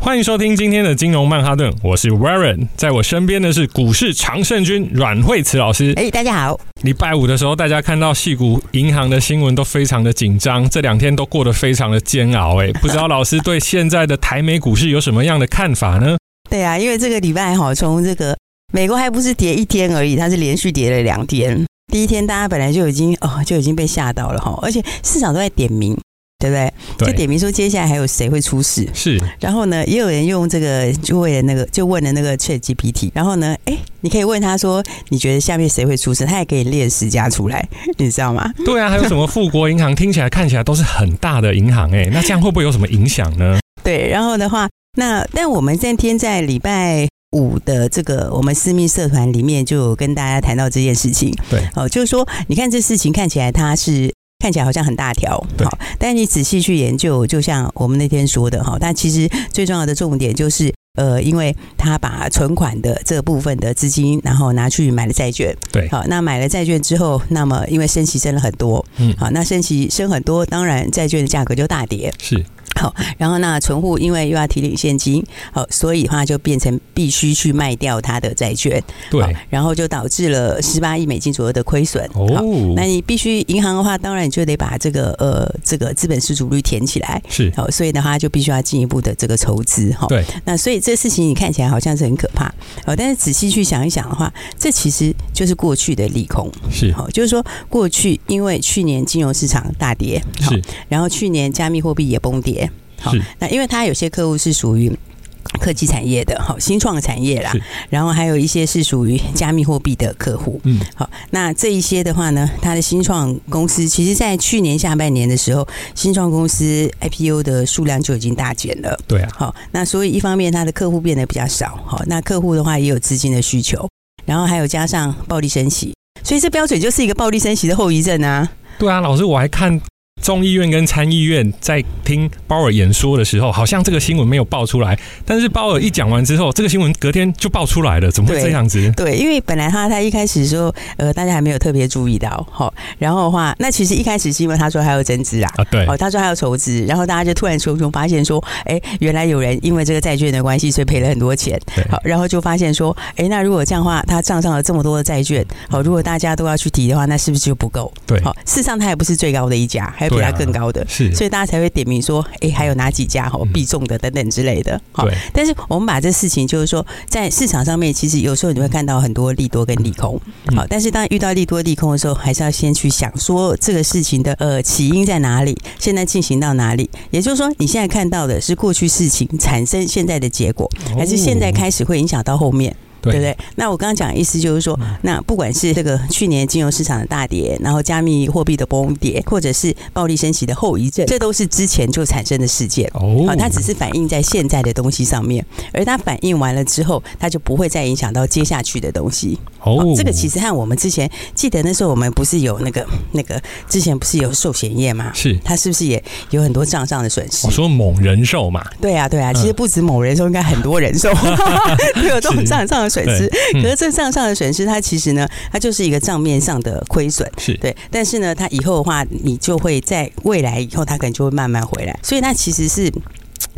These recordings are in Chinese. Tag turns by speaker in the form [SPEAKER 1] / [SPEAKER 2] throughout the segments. [SPEAKER 1] 欢迎收听今天的金融曼哈顿，我是 Warren，在我身边的是股市常胜军阮慧慈老师。
[SPEAKER 2] 哎、大家好，
[SPEAKER 1] 礼拜五的时候，大家看到戏股银行的新闻都非常的紧张，这两天都过得非常的煎熬。 哎，不知道老师对现在的台美股市有什么样的看法呢？
[SPEAKER 2] 对啊，因为这个礼拜哈，从这个美国还不是跌一天而已，它是连续跌了两天。第一天大家本来就已经哦就已经被吓到了哈，而且市场都在点名，对不对？就点名说接下来还有谁会出事。
[SPEAKER 1] 是
[SPEAKER 2] 然后呢，也有人用这个就为了那个就问了那个 Chat GPT，然后呢，哎，你可以问他说你觉得下面谁会出事，他也可以列十家出来，你知道吗？
[SPEAKER 1] 对啊，还有什么富国银行，听起来看起来都是很大的银行哎、那这样会不会有什么影响呢？
[SPEAKER 2] 对，然后的话，那但我们今天在礼拜五的这个我们私密社团里面就有跟大家谈到这件事情。
[SPEAKER 1] 对，
[SPEAKER 2] 哦，就是说，你看这事情看起来它是。看起来好像很大条，
[SPEAKER 1] 对
[SPEAKER 2] 好，但你仔细去研究，就像我们那天说的哈，但其实最重要的重点就是，呃，因为他把存款的这部分的资金，然后拿去买了债券，
[SPEAKER 1] 对
[SPEAKER 2] 好，那买了债券之后，那么因为升息升了很多，
[SPEAKER 1] 嗯
[SPEAKER 2] 好，那升息升很多，当然债券的价格就大跌，
[SPEAKER 1] 是
[SPEAKER 2] 然后那存户因为又要提领现金，好，所以的话就变成必须去卖掉他的债券，
[SPEAKER 1] 对
[SPEAKER 2] 好，然后就导致了十八亿美金左右的亏损。好，
[SPEAKER 1] 哦
[SPEAKER 2] 那，你必须银行的话，当然你就得把这个呃这个资本失足率填起来。
[SPEAKER 1] 是
[SPEAKER 2] 好，所以的话就必须要进一步的这个筹资哈。
[SPEAKER 1] 对，
[SPEAKER 2] 那所以这事情你看起来好像是很可怕，哦，但是仔细去想一想的话，这其实就是过去的利空。
[SPEAKER 1] 是
[SPEAKER 2] 好，就是说过去因为去年金融市场大跌，好
[SPEAKER 1] 是
[SPEAKER 2] 然后去年加密货币也崩跌，好
[SPEAKER 1] 是，
[SPEAKER 2] 那因为它有些客户是属于。科技产业的，好新创产业啦
[SPEAKER 1] 是，
[SPEAKER 2] 然后还有一些是属于加密货币的客户，
[SPEAKER 1] 嗯，
[SPEAKER 2] 好，那这一些的话呢，它的新创公司，其实在去年下半年的时候，新创公司 IPO 的数量就已经大减了，
[SPEAKER 1] 对啊，
[SPEAKER 2] 好，那所以一方面它的客户变得比较少，好，那客户的话也有资金的需求，然后还有加上暴力升息，所以这标准就是一个暴力升息的后遗症啊，
[SPEAKER 1] 对啊，老师，我还看众议院跟参议院在听鲍尔演说的时候，好像这个新闻没有爆出来，但是鲍尔一讲完之后，这个新闻隔天就爆出来了，怎么会
[SPEAKER 2] 对
[SPEAKER 1] 这样子？
[SPEAKER 2] 对，因为本来他他一开始说，呃，大家还没有特别注意到，好、然后的话，那其实一开始是因为他说他要增资啦。
[SPEAKER 1] 啊， 对
[SPEAKER 2] 哦，他说他要筹资，然后大家就突然穷穷发现说，哎，原来有人因为这个债券的关系，所以赔了很多钱。
[SPEAKER 1] 对
[SPEAKER 2] 好，然后就发现说，哎，那如果这样的话，他账上有这么多的债券，好、如果大家都要去提的话，那是不是就不够？
[SPEAKER 1] 对
[SPEAKER 2] 好、事实上他也不是最高的一家，还有比
[SPEAKER 1] 对
[SPEAKER 2] 他
[SPEAKER 1] 啊
[SPEAKER 2] 更高的，
[SPEAKER 1] 是，
[SPEAKER 2] 所以大家才会点名说，哎，还有哪几家哦
[SPEAKER 1] 嗯
[SPEAKER 2] 必中的等等之类的。好
[SPEAKER 1] 对，
[SPEAKER 2] 但是我们把这事情，就是说，在市场上面，其实有时候你会看到很多利多跟利空，
[SPEAKER 1] 嗯
[SPEAKER 2] 好、但是当遇到利多利空的时候，还是要先去想说这个事情的呃起因在哪里，现在进行到哪里。也就是说，你现在看到的是过去事情产生现在的结果，还是现在
[SPEAKER 1] 哦
[SPEAKER 2] 开始会影响到后面？
[SPEAKER 1] 对
[SPEAKER 2] 对不对？那我刚刚讲的意思就是说
[SPEAKER 1] 嗯，
[SPEAKER 2] 那不管是这个去年金融市场的大跌，然后加密货币的崩跌，或者是暴力升息的后遗症，这都是之前就产生的事件。
[SPEAKER 1] 哦
[SPEAKER 2] 好，它只是反映在现在的东西上面，而它反映完了之后，它就不会再影响到接下去的东西。
[SPEAKER 1] 哦，
[SPEAKER 2] 这个其
[SPEAKER 1] 实
[SPEAKER 2] 实和我们之前记得那时候我们不是有那个那个之前不是有寿险业吗？
[SPEAKER 1] 是
[SPEAKER 2] 它是不是也有很多账上的损失
[SPEAKER 1] 我？说猛人寿嘛，
[SPEAKER 2] 对啊，对啊，
[SPEAKER 1] 嗯
[SPEAKER 2] 其实不止某人寿，应该很多人 寿都有这种账上的损失。
[SPEAKER 1] 嗯
[SPEAKER 2] 可是这账上的损失，它其实呢，它就是一个账面上的亏损。
[SPEAKER 1] 是
[SPEAKER 2] 对，但是呢，它以后的话，你就会在未来以后，它可能就会慢慢回来，所以它其实是。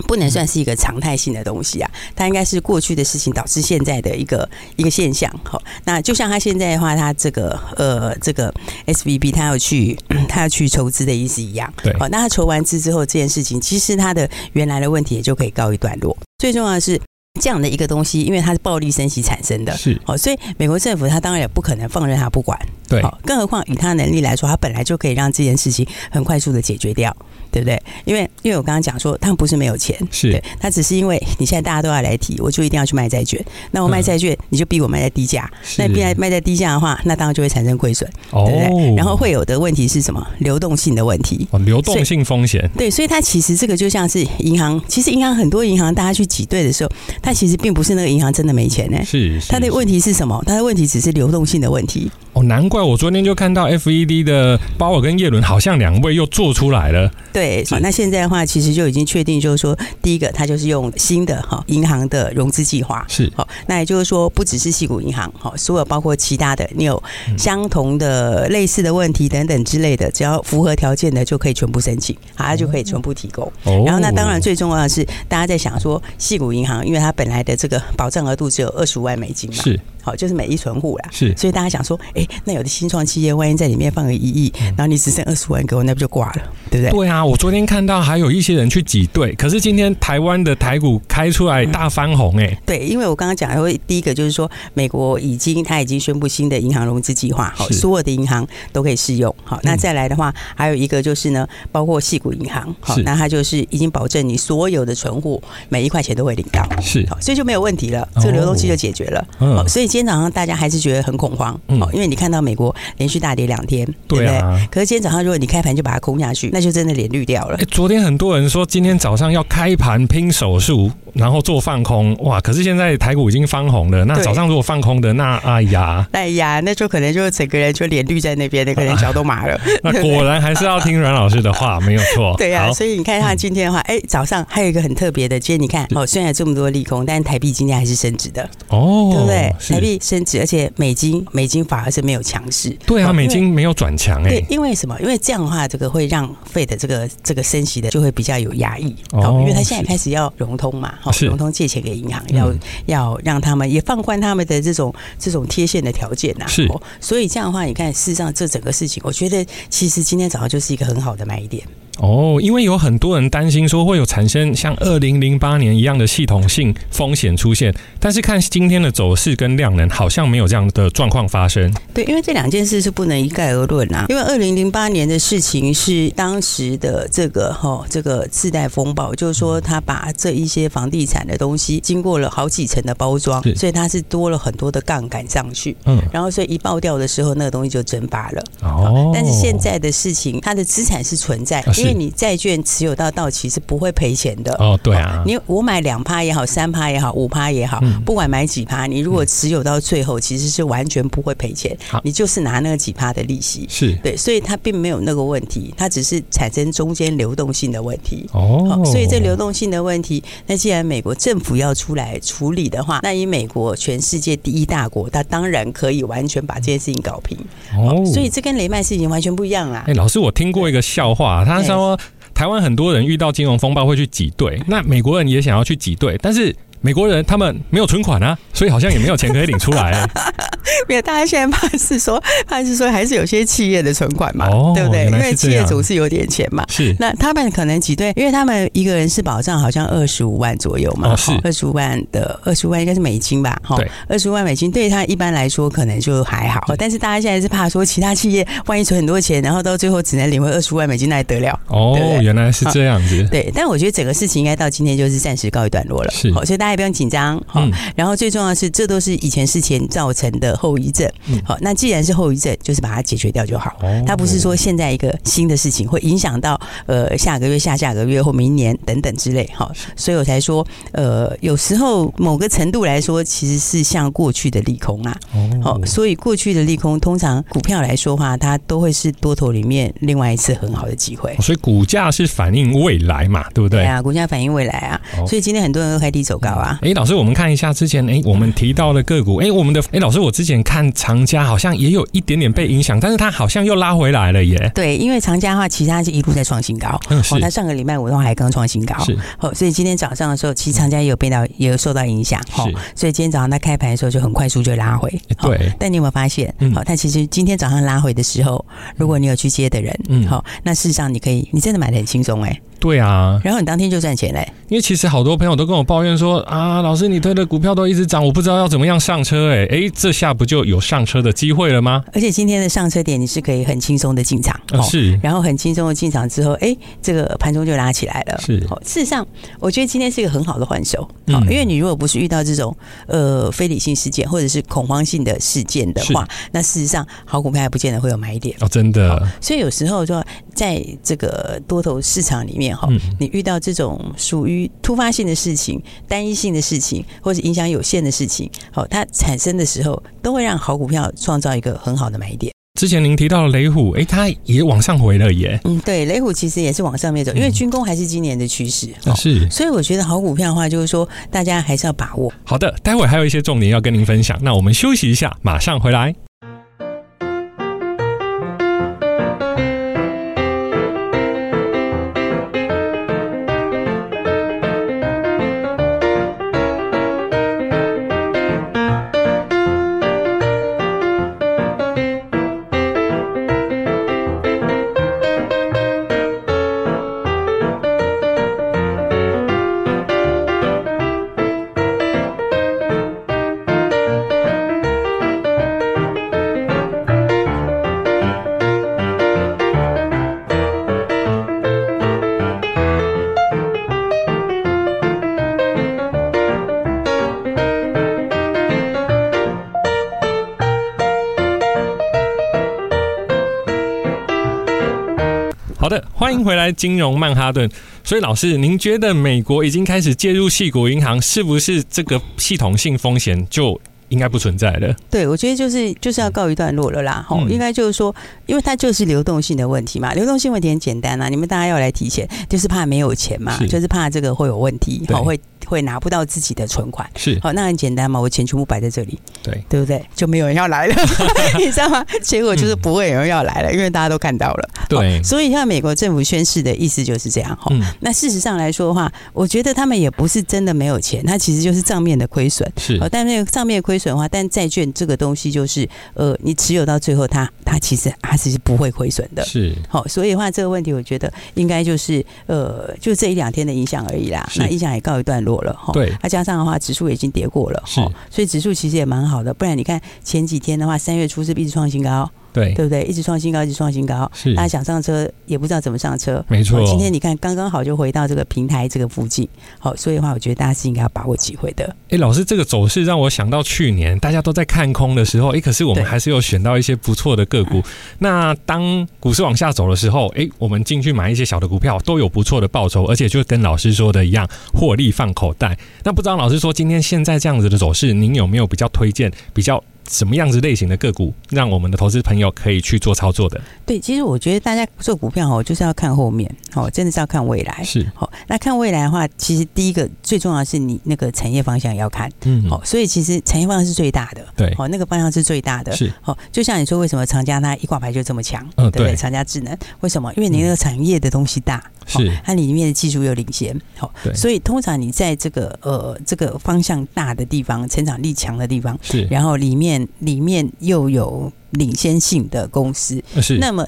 [SPEAKER 2] 不能算是一个常态性的东西啊，它应该是过去的事情导致现在的一个一个现象。好，那就像它现在的话，它这个呃这个 S V B 它要去 它要去筹资的意思一样。
[SPEAKER 1] 对
[SPEAKER 2] 好，那它筹完资之后，这件事情其实它的原来的问题也就可以告一段落。最重要的是这样的一个东西，因为它是暴力升息产生的，
[SPEAKER 1] 是
[SPEAKER 2] 好，所以美国政府它当然也不可能放任它不管。
[SPEAKER 1] 对
[SPEAKER 2] 好，更何况以他能力来说，他本来就可以让这件事情很快速的解决掉，对不对？因为因为我刚刚讲说，他们不是没有钱，
[SPEAKER 1] 是
[SPEAKER 2] 对，他只是因为你现在大家都要来提，我就一定要去卖债券，那我卖债券，你就逼我卖在低价，
[SPEAKER 1] 嗯是
[SPEAKER 2] 那逼在卖在低价的话，那当然就会产生亏损，
[SPEAKER 1] 哦
[SPEAKER 2] 对不对？然后会有的问题是什么？流动性的问题。
[SPEAKER 1] 哦流动性风险
[SPEAKER 2] 对，所以它其实这个就像是银行，其实银行很多银行大家去挤兑的时候，它其实并不是那个银行真的没钱呢、
[SPEAKER 1] 是
[SPEAKER 2] 它的
[SPEAKER 1] 是
[SPEAKER 2] 问题是什么？它的问题只是流动性的问题。
[SPEAKER 1] 哦，难怪我昨天就看到 FED 的鲍尔跟耶伦，好像两位又做出来了。
[SPEAKER 2] 对，
[SPEAKER 1] 是
[SPEAKER 2] 那现在的话，其实就已经确定，就是说，第一个，它就是用新的哈银行的融资计划，
[SPEAKER 1] 是
[SPEAKER 2] 好，那也就是说，不只是细谷银行，好，所有包括其他的，你有相同的、类似的问题等等之类的，只要符合条件的，就可以全部申请，好，它就可以全部提供。
[SPEAKER 1] 哦，
[SPEAKER 2] 然后，那当然最重要的是，大家在想说，细谷银行，因为它本来的这个保障额度只有二十五万美金嘛，
[SPEAKER 1] 是
[SPEAKER 2] 好，就是每一存户啦，
[SPEAKER 1] 是
[SPEAKER 2] 所以大家想说，哎、那有的新创企业万一在里面放个一亿，
[SPEAKER 1] 嗯
[SPEAKER 2] 然后你只剩二十万给我，那不就挂了，对不对？
[SPEAKER 1] 对啊，我昨天看到还有一些人去挤兑，可是今天台湾的台股开出来大翻红哎、
[SPEAKER 2] 对，因为我刚刚讲，因为第一个就是说，美国已经它已经宣布新的银行融资计划，好，
[SPEAKER 1] 是
[SPEAKER 2] 所有的银行都可以适用。好，那
[SPEAKER 1] 嗯
[SPEAKER 2] 再来的话，还有一个就是呢，包括细谷银行，好
[SPEAKER 1] 是，
[SPEAKER 2] 那它就是已经保证你所有的存户每一块钱都会领到，
[SPEAKER 1] 是，
[SPEAKER 2] 好，所以就没有问题了，这个流动性就解决了。
[SPEAKER 1] 哦嗯
[SPEAKER 2] 哦，，所以今天早上大家还是觉得很恐慌，
[SPEAKER 1] 嗯
[SPEAKER 2] 哦，因为你看到美国连续大跌两天，对
[SPEAKER 1] 对
[SPEAKER 2] 不对？
[SPEAKER 1] 啊。
[SPEAKER 2] 可是今天早上如果你开盘就把它空下去，那就真的脸绿掉了
[SPEAKER 1] 哎、。昨天很多人说今天早上要开盘拼手速，然后做放空，哇！可是现在台股已经翻红了，那
[SPEAKER 2] 对
[SPEAKER 1] 早上如果放空的，那哎 呀，
[SPEAKER 2] 哎呀，那就可能就整个人就脸绿在那边，那可能脚都麻了。
[SPEAKER 1] 那果然还是要听阮老师的话，没有错。
[SPEAKER 2] 对
[SPEAKER 1] 哦
[SPEAKER 2] 啊，
[SPEAKER 1] 好嗯
[SPEAKER 2] 所以你看他今天的话，哎、早上还有一个很特别的，今天你看哦，虽然有这么多利空，但是台币今天还是升值的，
[SPEAKER 1] 哦，
[SPEAKER 2] 对不对？哎
[SPEAKER 1] 是
[SPEAKER 2] 台币升值，而且美金美金反而是没有强势。
[SPEAKER 1] 对啊，
[SPEAKER 2] 哦
[SPEAKER 1] 美。金没有转强
[SPEAKER 2] 因为
[SPEAKER 1] 哎
[SPEAKER 2] 对，，因为什么？因为这样的话，这个会让费的这个这个升息的就会比较有压抑
[SPEAKER 1] 哦
[SPEAKER 2] 哦，因为他现在
[SPEAKER 1] 是
[SPEAKER 2] 开始要融通嘛，哈、
[SPEAKER 1] 是
[SPEAKER 2] 融通借钱给银行，要、
[SPEAKER 1] 嗯
[SPEAKER 2] 要让他们也放宽他们的这种这种贴现的条件呐、
[SPEAKER 1] 是
[SPEAKER 2] 所以这样的话，你看，事实上这整个事情，我觉得其实今天早上就是一个很好的买点。
[SPEAKER 1] 哦，因为有很多人担心说会有产生像二零零八年一样的系统性风险出现，但是看今天的走势跟量能，好像没有这样的状况发生。
[SPEAKER 2] 对，因为这两件事是不能一概而论啊。因为二零零八年的事情是当时的这个哈、哦、这个次贷风暴，就是说他把这一些房地产的东西经过了好几层的包装
[SPEAKER 1] 是，
[SPEAKER 2] 所以它是多了很多的杠杆上去，
[SPEAKER 1] 嗯，
[SPEAKER 2] 然后所以一爆掉的时候，那个东西就蒸发了。
[SPEAKER 1] 哦，
[SPEAKER 2] 但是现在的事情，它的资产是存在
[SPEAKER 1] 啊，是
[SPEAKER 2] 因为你债券持有到到期是不会赔钱的。
[SPEAKER 1] 哦，对啊，
[SPEAKER 2] 你我买两趴也好，三趴也好，五趴也好
[SPEAKER 1] 嗯，
[SPEAKER 2] 不管买几趴，你如果持有到最后，其实是完全不会赔钱
[SPEAKER 1] 好，
[SPEAKER 2] 你就是拿那几趴的利息。
[SPEAKER 1] 是
[SPEAKER 2] 对，所以它并没有那个问题，它只是产生中间流动性的问题。
[SPEAKER 1] 哦
[SPEAKER 2] 好，所以这流动性的问题，那既然美国政府要出来处理的话，那以美国全世界第一大国，它当然可以完全把这件事情搞平。
[SPEAKER 1] 哦，
[SPEAKER 2] 所以这跟雷曼事情完全不一样啦
[SPEAKER 1] 哎、。老师，我听过一个笑话，他说台湾很多人遇到金融风暴会去挤兑，那美国人也想要去挤兑，但是。美国人他们没有存款啊，所以好像也没有钱可以领出来、啊
[SPEAKER 2] 没有，大家现在怕是说，怕是说还是有些企业的存款嘛，
[SPEAKER 1] 哦
[SPEAKER 2] 对不对？
[SPEAKER 1] 原
[SPEAKER 2] 因
[SPEAKER 1] 来是
[SPEAKER 2] 为企
[SPEAKER 1] 这
[SPEAKER 2] 业
[SPEAKER 1] 样
[SPEAKER 2] 总是有点钱嘛。
[SPEAKER 1] 是
[SPEAKER 2] 那他们可能挤兑，因为他们一个人是保障好像二十五万左右嘛
[SPEAKER 1] 哦是，
[SPEAKER 2] 二十五万的二十五万应该是美金吧，哈
[SPEAKER 1] 对，
[SPEAKER 2] 二十五万美金对他一般来说可能就还好，但是大家现在是怕说其他企业万一存很多钱，然后到最后只能领回二十五万美金，那还得了？
[SPEAKER 1] 哦，
[SPEAKER 2] 对不啊对
[SPEAKER 1] 原来是这样子，
[SPEAKER 2] 对，但我觉得整个事情应该到今天就是暂时告一段落了，
[SPEAKER 1] 是
[SPEAKER 2] 好，所以大家也不用紧张，好、
[SPEAKER 1] 嗯
[SPEAKER 2] 然后最重要的是，这都是以前事情造成的后遗症
[SPEAKER 1] 嗯，
[SPEAKER 2] 好、那既然是后遗症，就是把它解决掉就好。
[SPEAKER 1] 哦
[SPEAKER 2] 它不是说现在一个新的事情会影响到呃下个月、下下个月或明年等等之类哈、好所以我才说，呃，有时候某个程度来说，其实是像过去的利空啊，
[SPEAKER 1] 哦
[SPEAKER 2] 哦，所以过去的利空通常股票来说话，它都会是多头里面另外一次很好的机会。
[SPEAKER 1] 哦所以股价是反映未来嘛，对不对？
[SPEAKER 2] 啊，股价反映未来啊，
[SPEAKER 1] 哦
[SPEAKER 2] 所以今天很多人都开低走高啊。
[SPEAKER 1] 哎、老师，我们看一下之前，哎、我们提到的个股，哎、我们的，哎、老师，我之前看长嘉好像也有一点点被影响，但是它好像又拉回来了耶。
[SPEAKER 2] 对，因为长嘉的话，其实它是一路在创新高，
[SPEAKER 1] 嗯，是
[SPEAKER 2] 哦，它上个礼拜五的话还刚创新高，
[SPEAKER 1] 是
[SPEAKER 2] 哦，所以今天早上的时候，其实长嘉也有被到，也有受到影响，
[SPEAKER 1] 嗯是，
[SPEAKER 2] 所以今天早上它开盘的时候就很快速就拉回，
[SPEAKER 1] 哎
[SPEAKER 2] 哦。
[SPEAKER 1] 对，
[SPEAKER 2] 但你有没有发现，
[SPEAKER 1] 嗯
[SPEAKER 2] 好、它其实今天早上拉回的时候，如果你有去接的人，
[SPEAKER 1] 嗯
[SPEAKER 2] 嗯，好、那事实上你可以，你真的买的很轻松哎、
[SPEAKER 1] 对啊，
[SPEAKER 2] 然后你当天就赚钱哎嘞、
[SPEAKER 1] 因为其实好多朋友都跟我抱怨说啊，老师你推的股票都一直涨，我不知道要怎么样上车、欸，哎哎，这下不就有上车的机会了吗？
[SPEAKER 2] 而且今天的上车点你是可以很轻松的进场，
[SPEAKER 1] 呃、是
[SPEAKER 2] 然后很轻松的进场之后，哎，这个盘中就拉起来了。
[SPEAKER 1] 是
[SPEAKER 2] 哦，事实上，我觉得今天是一个很好的换手，
[SPEAKER 1] 嗯
[SPEAKER 2] 哦，因为你如果不是遇到这种呃非理性事件或者是恐慌性的事件的话，那事实上好股票还不见得会有买点。
[SPEAKER 1] 哦，真的
[SPEAKER 2] 所以有时候就在这个多头市场里面，面哈，
[SPEAKER 1] 嗯
[SPEAKER 2] 你遇到这种属于突发性的事情、单一性的事情，或是影响有限的事情，好，它产生的时候都会让好股票创造一个很好的买点。
[SPEAKER 1] 之前您提到的雷虎，诶，它也往上回了耶，
[SPEAKER 2] 嗯，对，雷虎其实也是往上面走，因为军工还是今年的趋势。哦
[SPEAKER 1] 嗯是
[SPEAKER 2] 所以我觉得好股票的话，就是说大家还是要把握。
[SPEAKER 1] 好的，待会还有一些重点要跟您分享，那我们休息一下，马上回来。好的，欢迎回来，金融曼哈顿。所以老师，您觉得美国已经开始介入系股银行，是不是这个系统性风险就应该不存在了？
[SPEAKER 2] 对，我觉得就是就是要告一段落了啦。吼、
[SPEAKER 1] 嗯
[SPEAKER 2] 应该就是说，因为它就是流动性的问题嘛，流动性问题很简单啊，你们大家要来提钱，就是怕没有钱嘛，
[SPEAKER 1] 是
[SPEAKER 2] 就是怕这个会有问题，
[SPEAKER 1] 对
[SPEAKER 2] 好会会拿不到自己的存款。
[SPEAKER 1] 是
[SPEAKER 2] 好，那很简单嘛，我钱全部摆在这里，
[SPEAKER 1] 对，
[SPEAKER 2] 对不对？就没有人要来 了，你知道吗？结果就是不会有人要来了，因为大家都看到了。
[SPEAKER 1] 嗯对
[SPEAKER 2] 好所以像美国政府宣誓的意思就是这样哈。
[SPEAKER 1] 嗯，
[SPEAKER 2] 那事实上来说的话，我觉得他们也不是真的没有钱，他其实就是账面的亏损。
[SPEAKER 1] 是
[SPEAKER 2] 哦，但那个账面的亏损的话，但债券这个东西就是，呃，你持有到最后它，它其实它其实不会亏损的。
[SPEAKER 1] 是，
[SPEAKER 2] 好、所以的话，这个问题我觉得应该就是，呃，就这一两天的影响而已啦。
[SPEAKER 1] 是
[SPEAKER 2] 那影响也告一段落了哈。
[SPEAKER 1] 对
[SPEAKER 2] 那、加上的话，指数也已经跌过了
[SPEAKER 1] 是
[SPEAKER 2] 哈、所以指数其实也蛮好的。不然你看前几天的话，三月初是不是一直创新高，
[SPEAKER 1] 对，
[SPEAKER 2] 对不对？一直创新高，一直创新高，
[SPEAKER 1] 是
[SPEAKER 2] 大家想上车也不知道怎么上车。
[SPEAKER 1] 没错
[SPEAKER 2] 哦。今天你看刚刚好就回到这个平台这个附近，好、所以的话，我觉得大家是应该要把握机会的。
[SPEAKER 1] 哎，老师，这个走势让我想到去年大家都在看空的时候，哎，可是我们
[SPEAKER 2] 对
[SPEAKER 1] 还是有选到一些不错的个股。那当股市往下走的时候，哎，我们进去买一些小的股票，都有不错的报酬，而且就跟老师说的一样，获利放口袋。那不知道老师说今天现在这样子的走势，您有没有比较推荐比较什么样子类型的个股，让我们的投资朋友可以去做操作的？
[SPEAKER 2] 对，其实我觉得大家做股票哦，就是要看后面哦，真的是要看未来。
[SPEAKER 1] 是，
[SPEAKER 2] 好、那看未来的话，其实第一个最重要的是你那个产业方向也要看。
[SPEAKER 1] 嗯，
[SPEAKER 2] 哦，所以其实产业方向是最大的。
[SPEAKER 1] 对，
[SPEAKER 2] 哦，那个方向是最大的。
[SPEAKER 1] 是，
[SPEAKER 2] 哦，就像你说，为什么长家它一挂牌就这么强？
[SPEAKER 1] 嗯
[SPEAKER 2] 对不
[SPEAKER 1] 对
[SPEAKER 2] 对？长家智能为什么？因为你那个产业的东西大，哦
[SPEAKER 1] 是
[SPEAKER 2] 它里面的技术又领先，好、
[SPEAKER 1] 对
[SPEAKER 2] 所以通常你在这个呃这个方向大的地方，成长力强的地方，
[SPEAKER 1] 是
[SPEAKER 2] 然后里面里面又有领先性的公司，
[SPEAKER 1] 呃是，
[SPEAKER 2] 那么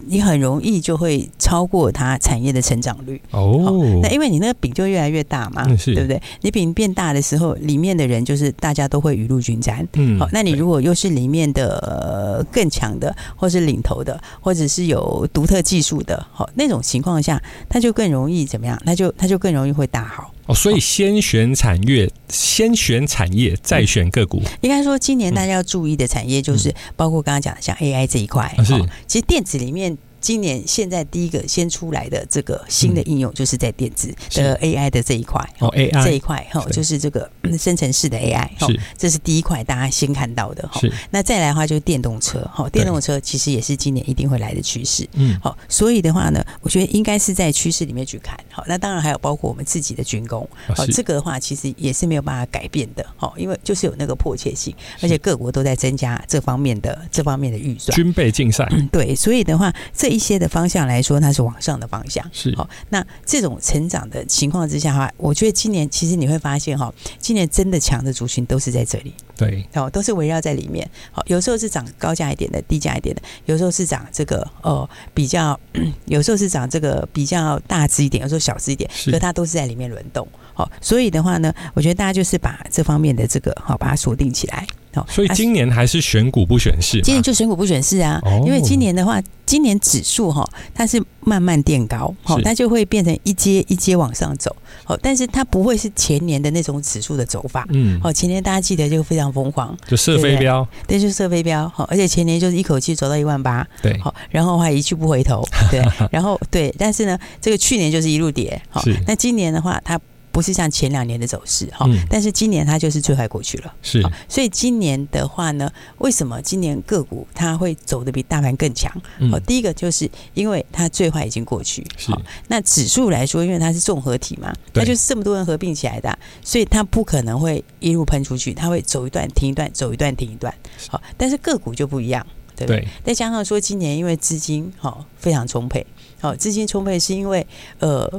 [SPEAKER 2] 你很容易就会超过它产业的成长率。
[SPEAKER 1] 哦
[SPEAKER 2] 那，因为你那个饼就越来越大嘛，
[SPEAKER 1] 嗯是
[SPEAKER 2] 对不对？你饼变大的时候，里面的人就是大家都会雨露均沾。
[SPEAKER 1] 嗯
[SPEAKER 2] 好，那你如果又是里面的、呃更强的，或是领头的，或者是有独特技术的，好那种情况下，它就更容易怎么样？它就它就更容易会大好。
[SPEAKER 1] 哦，所以先选产业，先选产业，再选个股，
[SPEAKER 2] 应该说，
[SPEAKER 1] 嗯
[SPEAKER 2] 今年大家要注意的产业就是包括刚刚讲的像 AI 这一块
[SPEAKER 1] 啊，是
[SPEAKER 2] 好其实电子里面。今年现在第一个先出来的这个新的应用，就是在电子的 AI 的这一块
[SPEAKER 1] 哦
[SPEAKER 2] 这
[SPEAKER 1] ，AI
[SPEAKER 2] 一块哈，
[SPEAKER 1] 是
[SPEAKER 2] 就是这个嗯生成式的 AI 哈，
[SPEAKER 1] 是
[SPEAKER 2] 这是第一块大家先看到的哈。
[SPEAKER 1] 是，
[SPEAKER 2] 那再来的话就是电动车哈，电动车其实也是今年一定会来的趋势。
[SPEAKER 1] 嗯，
[SPEAKER 2] 好，所以的话呢，我觉得应该是在趋势里面去看。好，那当然还有包括我们自己的军工，好，
[SPEAKER 1] 哦是
[SPEAKER 2] 这个的话其实也是没有办法改变的。好，因为就是有那个迫切性，而且各国都在增加这方面的这方面的预算。
[SPEAKER 1] 军备竞赛，
[SPEAKER 2] 嗯对，所以的话，这一些的方向来说，它是往上的方向。
[SPEAKER 1] 是
[SPEAKER 2] 好，那这种成长的情况之下的话，我觉得今年其实你会发现哈，今年真的强的族群都是在这里。
[SPEAKER 1] 对，
[SPEAKER 2] 哦，都是围绕在里面。好、有时候是涨高价一点的，低价一点的；有时候是涨这个哦、比较，有时候是涨这个比较大只一点，有时候小只一点，
[SPEAKER 1] 是
[SPEAKER 2] 可它都是在里面轮动。好、所以的话呢，我觉得大家就是把这方面的这个好、把它锁定起来。哦
[SPEAKER 1] 所以
[SPEAKER 2] 啊
[SPEAKER 1] 今年还是选股不选市嘛，
[SPEAKER 2] 今年就选股不选市啊，
[SPEAKER 1] 哦
[SPEAKER 2] 因为今年的话，今年指数哈，它是慢慢垫高，好
[SPEAKER 1] 是，
[SPEAKER 2] 它就会变成一阶一阶往上走，好，但是它不会是前年的那种指数的走法。
[SPEAKER 1] 嗯，
[SPEAKER 2] 哦，前年大家记得就非常疯狂，
[SPEAKER 1] 就射飞镖，
[SPEAKER 2] 对，就是射飞镖，好，而且前年就是一口气走到一万八，
[SPEAKER 1] 对，
[SPEAKER 2] 好，然后还一去不 回头，对，然后对，但是呢，这个去年就是一路跌，好
[SPEAKER 1] 是，
[SPEAKER 2] 那今年的话，它不是像前两年的走势，哈
[SPEAKER 1] 嗯，
[SPEAKER 2] 但是今年它就是最快过去了。
[SPEAKER 1] 是
[SPEAKER 2] 好，所以今年的话呢，为什么今年个股它会走得比大盘更强？
[SPEAKER 1] 嗯
[SPEAKER 2] 好，，第一个就是因为它最坏已经过去。
[SPEAKER 1] 是
[SPEAKER 2] 好，那指数来说，因为它是综合体嘛，
[SPEAKER 1] 对
[SPEAKER 2] 它就是这么多人合并起来的啊、所以它不可能会一路喷出去，它会走一段停一段，走一段停一段。好，但是个股就不一样。对不对
[SPEAKER 1] 对，
[SPEAKER 2] 再加上说，今年因为资金哈、哦、非常充沛，好、资金充沛是因为呃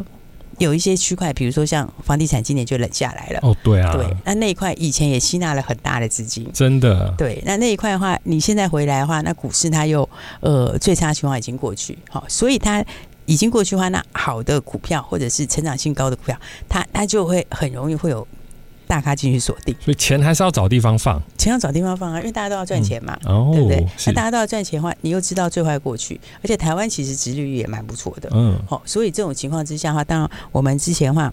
[SPEAKER 2] 有一些区块，比如说像房地产，今年就冷下来了。
[SPEAKER 1] 哦，对啊，
[SPEAKER 2] 对，那那一块以前也吸纳了很大的资金。
[SPEAKER 1] 真的，
[SPEAKER 2] 对，那那一块的话，你现在回来的话，那股市它又呃最差情况已经过去，好、所以它已经过去的话，那好的股票或者是成长性高的股票，它它就会很容易会有大咖进去锁定，
[SPEAKER 1] 所以钱还是要找地方放
[SPEAKER 2] 钱要找地方放啊，因为大家都要赚钱嘛，
[SPEAKER 1] 哦
[SPEAKER 2] 对不对？，
[SPEAKER 1] 是
[SPEAKER 2] 那大，家都要赚钱的话，你又知道最坏过去，而且台湾其实殖利率也蛮不错的，
[SPEAKER 1] 嗯，
[SPEAKER 2] 好、所以这种情况之下的话，当然我们之前的话，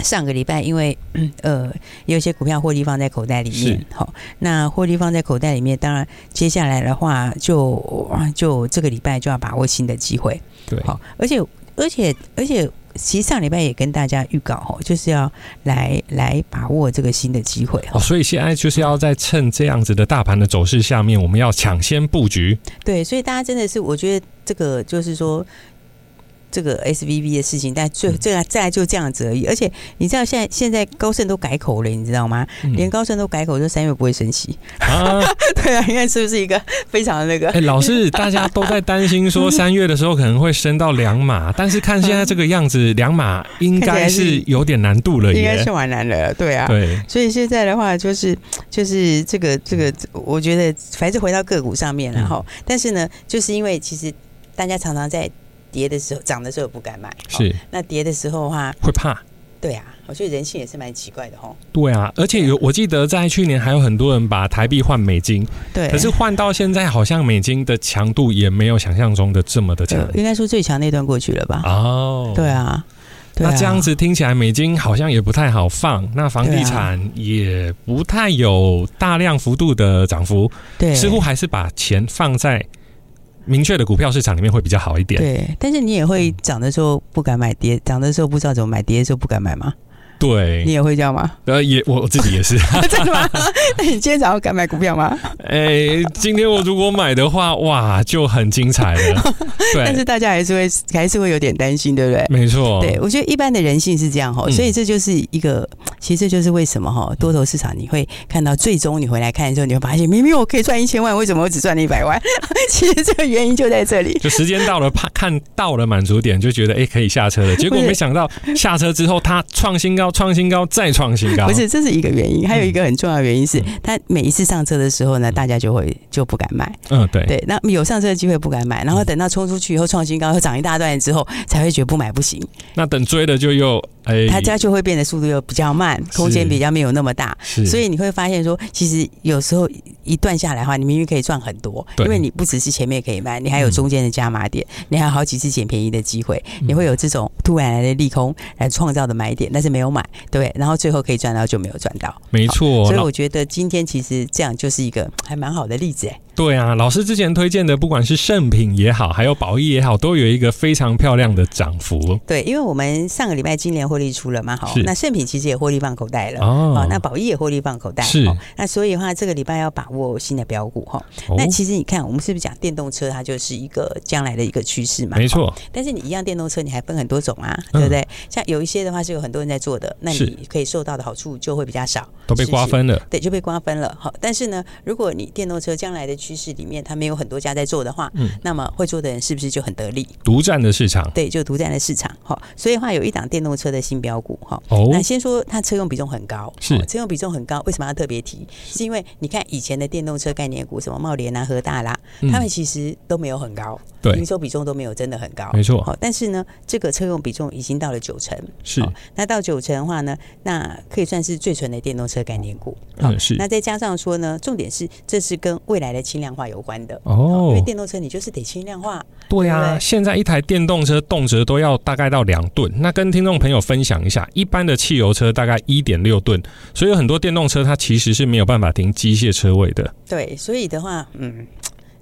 [SPEAKER 2] 上个礼拜因为嗯呃有一些股票获利放在口袋里面
[SPEAKER 1] 是，
[SPEAKER 2] 好、那获利放在口袋里面，当然接下来的话就啊就这个礼拜就要把握新的机会，
[SPEAKER 1] 对，哦
[SPEAKER 2] 好、而且而且而且。其实上礼拜也跟大家预告吼，就是要来来把握这个新的机会
[SPEAKER 1] 哦，
[SPEAKER 2] 哈。
[SPEAKER 1] 所以现在就是要在趁这样子的大盘的走势下面，我们要抢先布局，
[SPEAKER 2] 对，所以大家真的是，我觉得这个就是说，这个 SVB 的事情，但
[SPEAKER 1] 嗯
[SPEAKER 2] 最这个再来就这样子而已。而且你知道现在现在高盛都改口了，你知道吗？
[SPEAKER 1] 嗯
[SPEAKER 2] 连高盛都改口，说三月不会升息。
[SPEAKER 1] 啊，
[SPEAKER 2] 对啊，你看是不是一个 非常的那个
[SPEAKER 1] 哎、？老师，大家都在担心说三月的时候可能会升到两码，但是看现在这个样子，两码应该是有点难度了
[SPEAKER 2] 应该
[SPEAKER 1] 耶
[SPEAKER 2] 是。蛮难的，对啊。
[SPEAKER 1] 对，
[SPEAKER 2] 所以现在的话，就是就是这个这个，我觉得还是回到个股上面
[SPEAKER 1] 嗯
[SPEAKER 2] 了哈。但是呢，就是因为其实大家常常在跌的时候、涨的时候不敢买，哦。
[SPEAKER 1] 是
[SPEAKER 2] 那跌的时候的话，
[SPEAKER 1] 会怕。
[SPEAKER 2] 对啊，我觉得人性也是蛮奇怪的哈。
[SPEAKER 1] 对啊，而且有我记得在去年还有很多人把台币换美金，
[SPEAKER 2] 对，
[SPEAKER 1] 可是换到现在好像美金的强度也没有想象中的这么的强
[SPEAKER 2] 呃应该说最强那段过去了吧？
[SPEAKER 1] 哦。
[SPEAKER 2] 对啊，对啊
[SPEAKER 1] 那这样子听起来，美金好像也不太好放，那房地
[SPEAKER 2] 对啊
[SPEAKER 1] 产也不太有大量幅度的涨幅。
[SPEAKER 2] 对，
[SPEAKER 1] 似乎还是把钱放在明确的股票市场里面会比较好一点。
[SPEAKER 2] 对，但是你也会涨的时候不敢买跌，涨的时候不知道怎么买，跌的时候不敢买吗？你
[SPEAKER 1] 对，
[SPEAKER 2] 也会这样 吗？
[SPEAKER 1] 呃，也我我自己也 是。
[SPEAKER 2] 真 的吗？那你今天早上敢买股票吗？
[SPEAKER 1] 哎，今天我如果买的话，哇，就很精彩 了。
[SPEAKER 2] 但
[SPEAKER 1] 对
[SPEAKER 2] 是，大家还是会还是会有点担心，对不对？
[SPEAKER 1] 没错，
[SPEAKER 2] 对，我觉得一般的人性是这样哈，
[SPEAKER 1] 嗯
[SPEAKER 2] 所以这就是一个，其实这就是为什么哈，多头市场你会看到最终你回来看的时候，你会发现明明我可以赚一千万，为什么我只赚了一百万？其实这个原因就在这里。
[SPEAKER 1] 就时间到了，怕看到了满足点，就觉得哎、可以下车了。结果
[SPEAKER 2] 不是
[SPEAKER 1] 没想到下车之后，它创新高，创新高，再创新高。
[SPEAKER 2] 不是，这是一个原因，还有一个很重要的原因是
[SPEAKER 1] 嗯，
[SPEAKER 2] 他每一次上车的时候呢，大家就会就不敢买，
[SPEAKER 1] 嗯，对，嗯
[SPEAKER 2] 对，那有上车的机会不敢买，然后等到冲出去以后创新高，又涨一大段之后，才会觉得不买不行，
[SPEAKER 1] 那等追的就又哎，
[SPEAKER 2] 他家就会变得速度又比较慢，空间比较没有那么大。
[SPEAKER 1] 是
[SPEAKER 2] 所以你会发现说，其实有时候一段下来的话，你明明可以赚很多，
[SPEAKER 1] 对
[SPEAKER 2] 因为你不只是前面可以卖，你还有
[SPEAKER 1] 嗯
[SPEAKER 2] 中间的加码点，你还有好几次捡便宜的机会，你会有这种突然来的利空来创造的买点，但是没有买，对不对，然后最后可以赚到就没有赚到。
[SPEAKER 1] 没错，
[SPEAKER 2] 所以
[SPEAKER 1] 老
[SPEAKER 2] 我觉得今天其实这样就是一个还蛮好的例子哎。
[SPEAKER 1] 对啊，老师之前推荐的，不管是圣品也好，还有宝益也好，都有一个非常漂亮的涨幅
[SPEAKER 2] 对，因为我们上个礼拜今年获利出了嘛，好
[SPEAKER 1] 是，
[SPEAKER 2] 那盛品其实也获利放口袋了。
[SPEAKER 1] 哦
[SPEAKER 2] 那宝益也获利放口袋，
[SPEAKER 1] 是
[SPEAKER 2] 哦那所以的话，这个礼拜要把握新的标股哈、
[SPEAKER 1] 哦
[SPEAKER 2] 那其实你看，我们是不是讲电动车它就是一个将来的一个趋势嘛？
[SPEAKER 1] 没错，
[SPEAKER 2] 但是你一样电动车，你还分很多种啊，
[SPEAKER 1] 嗯
[SPEAKER 2] 对不对？像有一些的话是有很多人在做的，那
[SPEAKER 1] 是
[SPEAKER 2] 你可以受到的好处就会比较少，
[SPEAKER 1] 都被
[SPEAKER 2] 是
[SPEAKER 1] 瓜分了。
[SPEAKER 2] 对，就被瓜分了。好，但是呢，如果你电动车将来的趋势里面，他们有很多家在做的话，
[SPEAKER 3] 嗯
[SPEAKER 2] 那么会做的人是不是就很得利？
[SPEAKER 3] 独占的市场
[SPEAKER 2] 对，就独占了市场哈。所以的话有一档电动车的新标股哈。
[SPEAKER 3] 哦
[SPEAKER 2] 那先说它车用比重很高，
[SPEAKER 3] 是
[SPEAKER 2] 哦车用比重很高，为什么要特别提？是因为你看以前的电动车概念股，什么茂联啊、和大啦，
[SPEAKER 3] 嗯
[SPEAKER 2] 他们其实都没有很高，
[SPEAKER 3] 对
[SPEAKER 2] 营收比重都没有真的很高，
[SPEAKER 3] 没错
[SPEAKER 2] 好，但是呢，这个车用比重已经到了九成，
[SPEAKER 3] 是
[SPEAKER 2] 好那到九成的话呢，那可以算是最纯的电动车概念股。好
[SPEAKER 3] 嗯是
[SPEAKER 2] 那再加上说呢，重点是这是跟未来的轻量化有关的。因为
[SPEAKER 3] 哦，
[SPEAKER 2] 电动车你就是得轻量化，
[SPEAKER 3] 对呀、
[SPEAKER 2] 对不对
[SPEAKER 3] 现在一台电动车动辄都要大概到两吨。那跟听众朋友分享一下，一般的汽油车大概一点六吨，所以有很多电动车它其实是没有办法停机械车 位的。
[SPEAKER 2] 对，所以的话，嗯，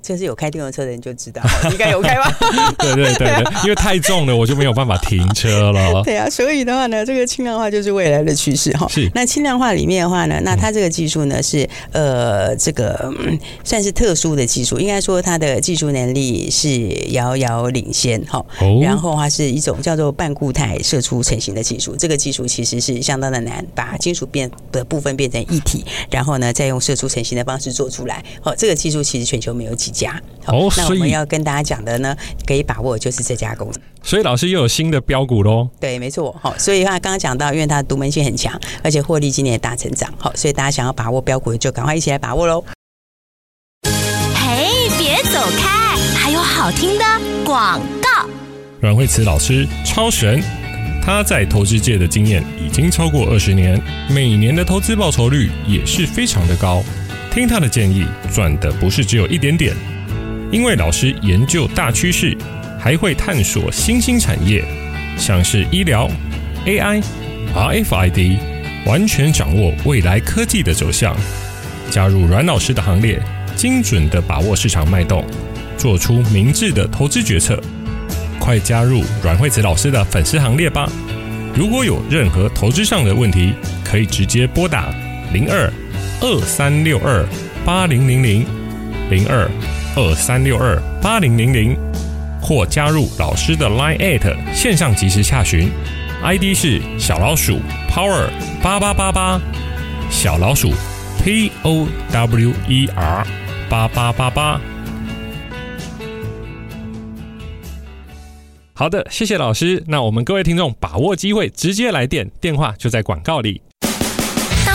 [SPEAKER 2] 这是有开电动车的人就知道， 应该有开 吧？
[SPEAKER 3] 对对对对，因为太重了，我就没有办法停车了。
[SPEAKER 2] 对啊，所以的话呢，这个轻量化就是未来的趋势哈。
[SPEAKER 3] 是嗯
[SPEAKER 2] 那轻量化里面的话呢，那它这个技术呢是呃，这个、嗯算是特殊的技术，应该说它的技术能力是遥遥领先哈。
[SPEAKER 3] 哦，
[SPEAKER 2] 然后它是一种叫做半固态射出成型的技术，这个技术其实是相当的难，把金属变的部分变成一体，然后呢再用射出成型的方式做出来。哦，这个技术其实全球没有几家。好
[SPEAKER 3] 哦
[SPEAKER 2] 那
[SPEAKER 3] 所
[SPEAKER 2] 我
[SPEAKER 3] 以
[SPEAKER 2] 们要跟大家讲的呢，可以把握就是这家公司。
[SPEAKER 3] 所以老师又有新的标股喽。
[SPEAKER 2] 对，没错，好，所以的话刚刚讲到，因为它的独门性很强，而且获利今年也大成长，好，所以大家想要把握标股，就赶快一起来把握喽。
[SPEAKER 4] 嘿，别走开，还有好听的广告。
[SPEAKER 1] 阮慧慈老师超神，他在投资界的经验已经超过二十年，每年的投资报酬率也是非常的高。听他的建议，赚的不是只有一点点，因为老师研究大趋势，还会探索新兴产业，像是医疗、AI、RFID，完全掌握未来科技的走向。加入阮老师的行列，精准的把握市场脉动，做出明智的投资决策。快加入阮惠子老师的粉丝行列吧！如果有任何投资上的问题，可以直接拨打零二二三六二八零零零零二二三六二八零零零，或加入老师的 Line at 线上即时洽询，ID 是小老鼠 Power 八八八八，小老鼠 P O W E R 八八八八。
[SPEAKER 3] 好的，谢谢老师。那我们各位听众把握机会，直接来电，电话就在广告里。
[SPEAKER 4] 大